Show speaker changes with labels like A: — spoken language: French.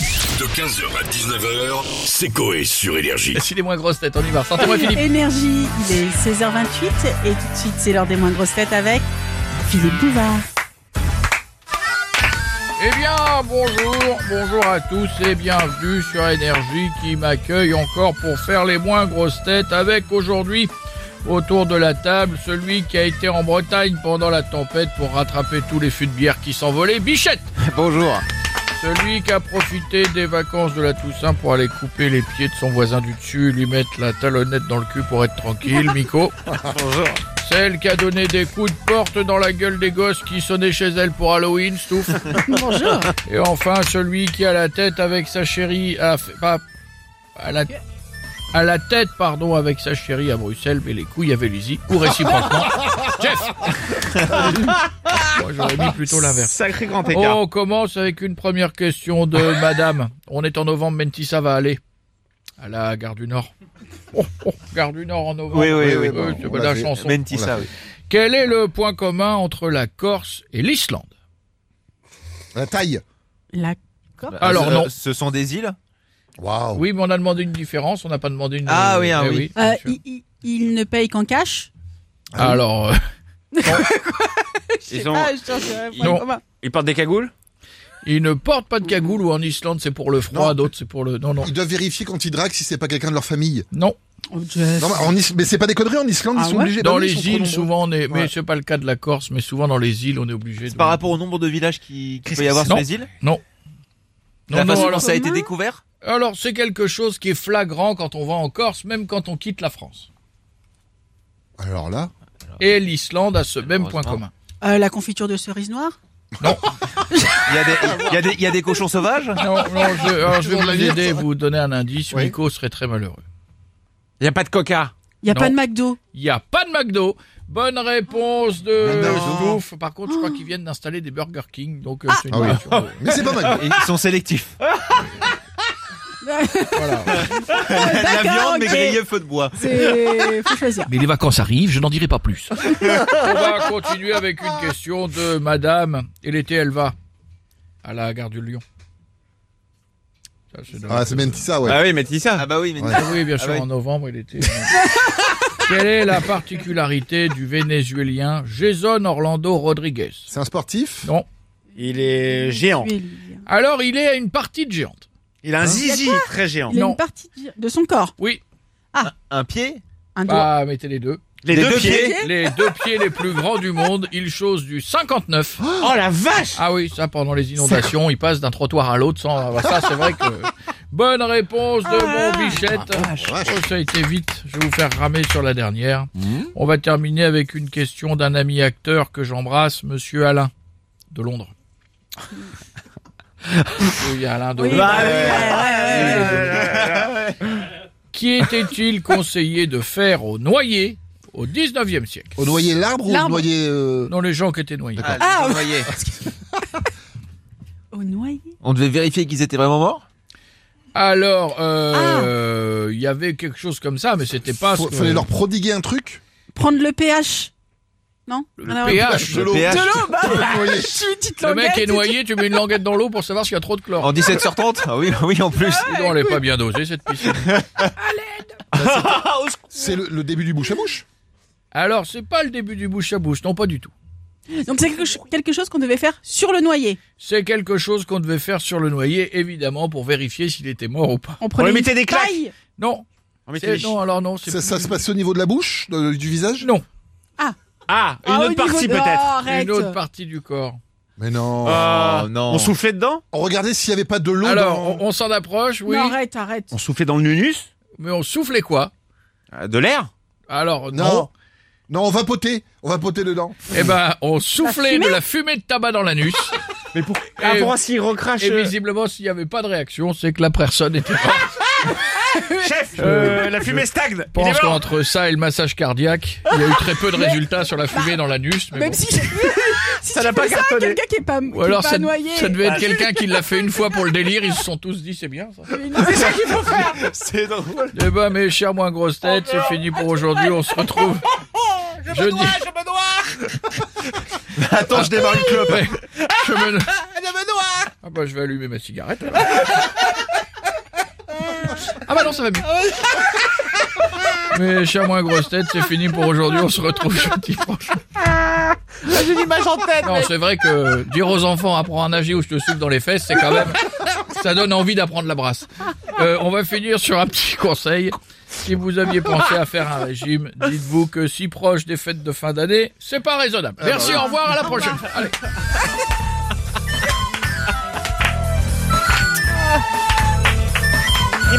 A: De 15h à 19h, c'est Coé sur Énergie.
B: Si les moins grosses têtes, on y va. Sortez-moi Philippe.
C: Énergie, il est 16h28 et tout de suite c'est l'heure des moins grosses têtes avec Philippe Bouvard.
B: Eh bien, bonjour, bonjour à tous et bienvenue sur Énergie qui m'accueille encore pour faire les moins grosses têtes avec aujourd'hui autour de la table celui qui a été en Bretagne pendant la tempête pour rattraper tous les fûts de bière qui s'envolaient, Bichette.
D: Bonjour.
B: Celui qui a profité des vacances de la Toussaint pour aller couper les pieds de son voisin du dessus, lui mettre la talonnette dans le cul pour être tranquille, Miko.
D: Bonjour.
B: Celle qui a donné des coups de porte dans la gueule des gosses qui sonnaient chez elle pour Halloween, Stouff.
C: Bonjour.
B: Et enfin, celui qui a la tête avec sa chérie à... F- pas- à la... à la tête, pardon, avec sa chérie à Bruxelles, mais les couilles à Vélizy, ou réciproquement. Jeff Moi, j'aurais mis plutôt l'inverse.
D: Sacré grand
E: Oh,
D: écart.
B: On commence avec une première question de madame. On est en novembre, Menti, ça va aller. À la gare du Nord. Oh, oh, gare du Nord en novembre.
D: Oui, oui, oui.
B: Euh,
D: bon, bah,
B: c'est
D: on
B: pas
D: l'a
B: la
D: fait.
B: chanson. On l'a
D: Mentissa, Oh, oui.
B: quel est le point commun entre la Corse et l'Islande
F: La taille.
C: La
B: Alors,
E: Ah,
D: Euh,
B: non.
D: Ce sont des îles
F: Waouh.
B: Oui, mais on a demandé une différence, on n'a pas demandé une.
D: Ah oui, ah
B: Eh
D: oui.
B: bien
C: Euh,
B: sûr.
C: il, il- il ne paye qu'en cash
B: Alors, euh,
C: Je sais
E: Ils ont-
C: pas, je cherche un point
B: Non.
C: commun.
E: Ils portent des cagoules
B: ils ne portent pas de cagoule ou en Islande c'est pour le froid,
F: Non.
B: d'autres c'est pour le. Non, non,
F: Ils doivent vérifier quand ils draguent si c'est pas quelqu'un de leur famille.
B: non.
C: Oh, Jeff.
F: Non, mais, en Is- mais c'est pas des conneries en Islande,
C: Ah
F: ils sont
C: ouais
F: obligés.
B: Dans
F: Bah oui, ils sont
B: les
F: trop
B: îles,
F: nombreux.
B: souvent on est. Mais
F: Ouais.
B: c'est pas le cas de la Corse, mais souvent dans les îles on est obligé.
D: C'est
B: de-
D: par rapport au nombre de villages qui, qu'il peut y avoir sur
B: Non.
D: les îles
B: Non,
D: La
B: non,
D: façon dont
B: alors-
D: ça a été
C: commun
D: découvert
B: alors c'est quelque chose qui est flagrant quand on va en Corse, même quand on quitte la France.
F: Alors là,
B: Ah Et l'Islande a ce même point
D: Heureusement.
B: commun.
C: Euh, la confiture de cerise noire
D: Il y a des, il y a des, il y a des cochons sauvages
B: Non, non, je, alors, je vais
F: Toujours
B: vous
F: de la merde,
B: aider,
F: ça.
B: vous donner un indice.
F: Oui.
B: Nico serait très malheureux.
E: Il n'y a pas de coca.
C: Il n'y a
B: Non.
C: pas de McDo
B: Il n'y a pas de McDo. Bonne réponse de
F: Mais non.
B: Stouff. Par contre, je crois qu'ils viennent d'installer des Burger King. Donc, euh, c'est une
F: Ah oui.
B: question de-
F: mais c'est pas mal.
D: Et Ils sont sélectifs.
B: Voilà.
D: La
C: D'accord,
D: viande, mais
C: ok.
D: grillée au feu de bois.
C: C'est... faut choisir.
B: Mais les vacances arrivent, je n'en dirai pas plus. On va continuer avec une question de madame. Et l'été, elle va à la gare du Lion. Ça, c'est dans-
F: Ah, c'est Mentissa, ouais.
E: Ah oui, mais dis ça.
D: Ah bah oui, mais
F: Ouais.
B: Ah oui, bien
D: Ah
B: sûr,
D: oui.
B: en novembre, il était. Quelle est la particularité du Vénézuélien Jason Orlando Rodriguez
F: C'est un sportif.
B: Non.
E: Il
D: Euh,
E: est géant.
C: Il
B: Alors, il est à une partie de géante.
E: Il a un zizi très géant.
C: il a
B: Non.
C: une partie de- de son corps.
B: Oui,
D: un pied
C: Un doigt.
B: bah, mettez les deux.
E: Les
D: Des
E: deux,
D: deux
E: pieds.
C: pieds.
B: Les deux pieds les plus grands du monde, il chose du 59.
E: Oh la vache
B: Ah oui, ça pendant les inondations, il passe d'un trottoir à l'autre sans. ah, Ça c'est vrai que. Bonne réponse de mon bichette. Oh, ça a été vite. Je vais vous faire ramer sur la dernière.
F: Mmh.
B: On va terminer avec une question d'un ami acteur que j'embrasse, Monsieur Alain de Londres. oui, Alain de
C: Oui,
B: Londres.
C: bah oui,
D: Ah
C: ouais, ouais, ouais, ouais.
B: Qui était-il conseillé de faire au noyer au 19e siècle
F: Au noyer l'arbre ou au
C: L'arbre.
F: noyer. euh,
B: Non, les gens qui étaient noyés.
D: Ah,
C: Ah,
D: les envoyés.
C: Au noyer.
D: On devait vérifier qu'ils étaient vraiment morts
B: Alors,
C: Ah.
B: euh, il y avait quelque chose comme ça, mais c'était pas. ce
F: faut-
B: que-
F: Fallait leur prodiguer un truc.
C: Prendre le pH Ah Non
B: Le pH,
F: De l'eau.
D: Le pH.
C: De l'eau, bah,
F: noyer.
C: chut, petite
B: Le mec
C: languette.
B: est noyé, tu mets une languette dans l'eau pour savoir s'il y a trop de chlore.
D: En 17h30 Ah oui, oui, en plus.
F: Oh.
B: Dis donc, elle est pas bien dosée cette piscine.
E: Ah,
F: C'est le, le début du bouche à bouche.
B: Alors, c'est pas le début du bouche à bouche, non pas du tout.
C: Donc c'est quelque, cho- quelque chose qu'on devait faire sur le noyer.
B: C'est quelque chose qu'on devait faire sur le noyer, évidemment, pour vérifier s'il était mort ou pas.
C: On prenait
E: lui mettait
C: une
E: des claques.
C: paille.
B: Non,
D: Ah,
E: On mettait
B: c'est-
E: des-
B: non, alors non, c'est
F: Ça,
B: plus-
F: ça se passe au niveau de la bouche, de- du visage.
B: Non,
E: Ah, une
C: Ah, au
E: autre
C: niveau
E: partie
C: de- Oh,
E: peut-être.
C: arrête.
B: une autre partie du corps.
F: Mais non.
E: Ah,
D: Oh, non.
E: On soufflait dedans
F: On regardait s'il y avait pas de l'eau.
B: Alors,
F: dans-
B: on, on s'en approche, oui,
C: Non, arrête, arrête.
E: On soufflait dans le nunus
B: mais on soufflait quoi
D: Ah, De l'air
B: Alors non.
F: non. Non, on va poter. On va poter dedans.
B: Eh ben, on soufflait
C: fumée
B: de la fumée de tabac dans l'anus.
E: Mais pour...
B: Et-
E: Ah, pour s'il recrache...
B: Et
E: euh,
B: visiblement, s'il n'y avait pas de réaction, c'est que la personne était morte.
E: Chef, euh, la fumée stagne
B: Je
E: Il
B: pense
E: est mort
B: qu'entre ça et le massage cardiaque, il y a eu très peu de résultats sur la fumée dans l'anus. Mais
C: Même
B: bon.
C: si, si
E: Ça n'a pas cartonné.
C: quelqu'un qui est pas, qui
B: Ou alors
C: est pas
B: ça,
C: noyé.
B: ça devait être quelqu'un qui l'a fait une fois pour le délire, ils se sont tous dit c'est bien ça.
C: C'est ça qu'il faut faire.
E: C'est drôle
B: Eh ben mes chers moins grosses têtes, c'est fini pour aujourd'hui, on se retrouve jeudi.
D: Attends, je démarre une clope.
B: Ouais. Je me... Ah bah je vais allumer ma cigarette. alors. Ah bah, non, ça va mieux. Mais cher moins grosse tête, c'est fini pour aujourd'hui. On se retrouve jeudi prochain.
G: Ah, J'ai l'image en tête.
B: Non, c'est vrai que dire aux enfants apprends à nager ou je te souffle dans les fesses, c'est quand même, ça donne envie d'apprendre la brasse. Euh, on va finir sur un petit conseil. Si vous aviez pensé à faire un régime, dites-vous que si proche des fêtes de fin d'année, c'est pas raisonnable.
G: Ah,
B: Merci, au revoir, à la prochaine. Allez.
G: Il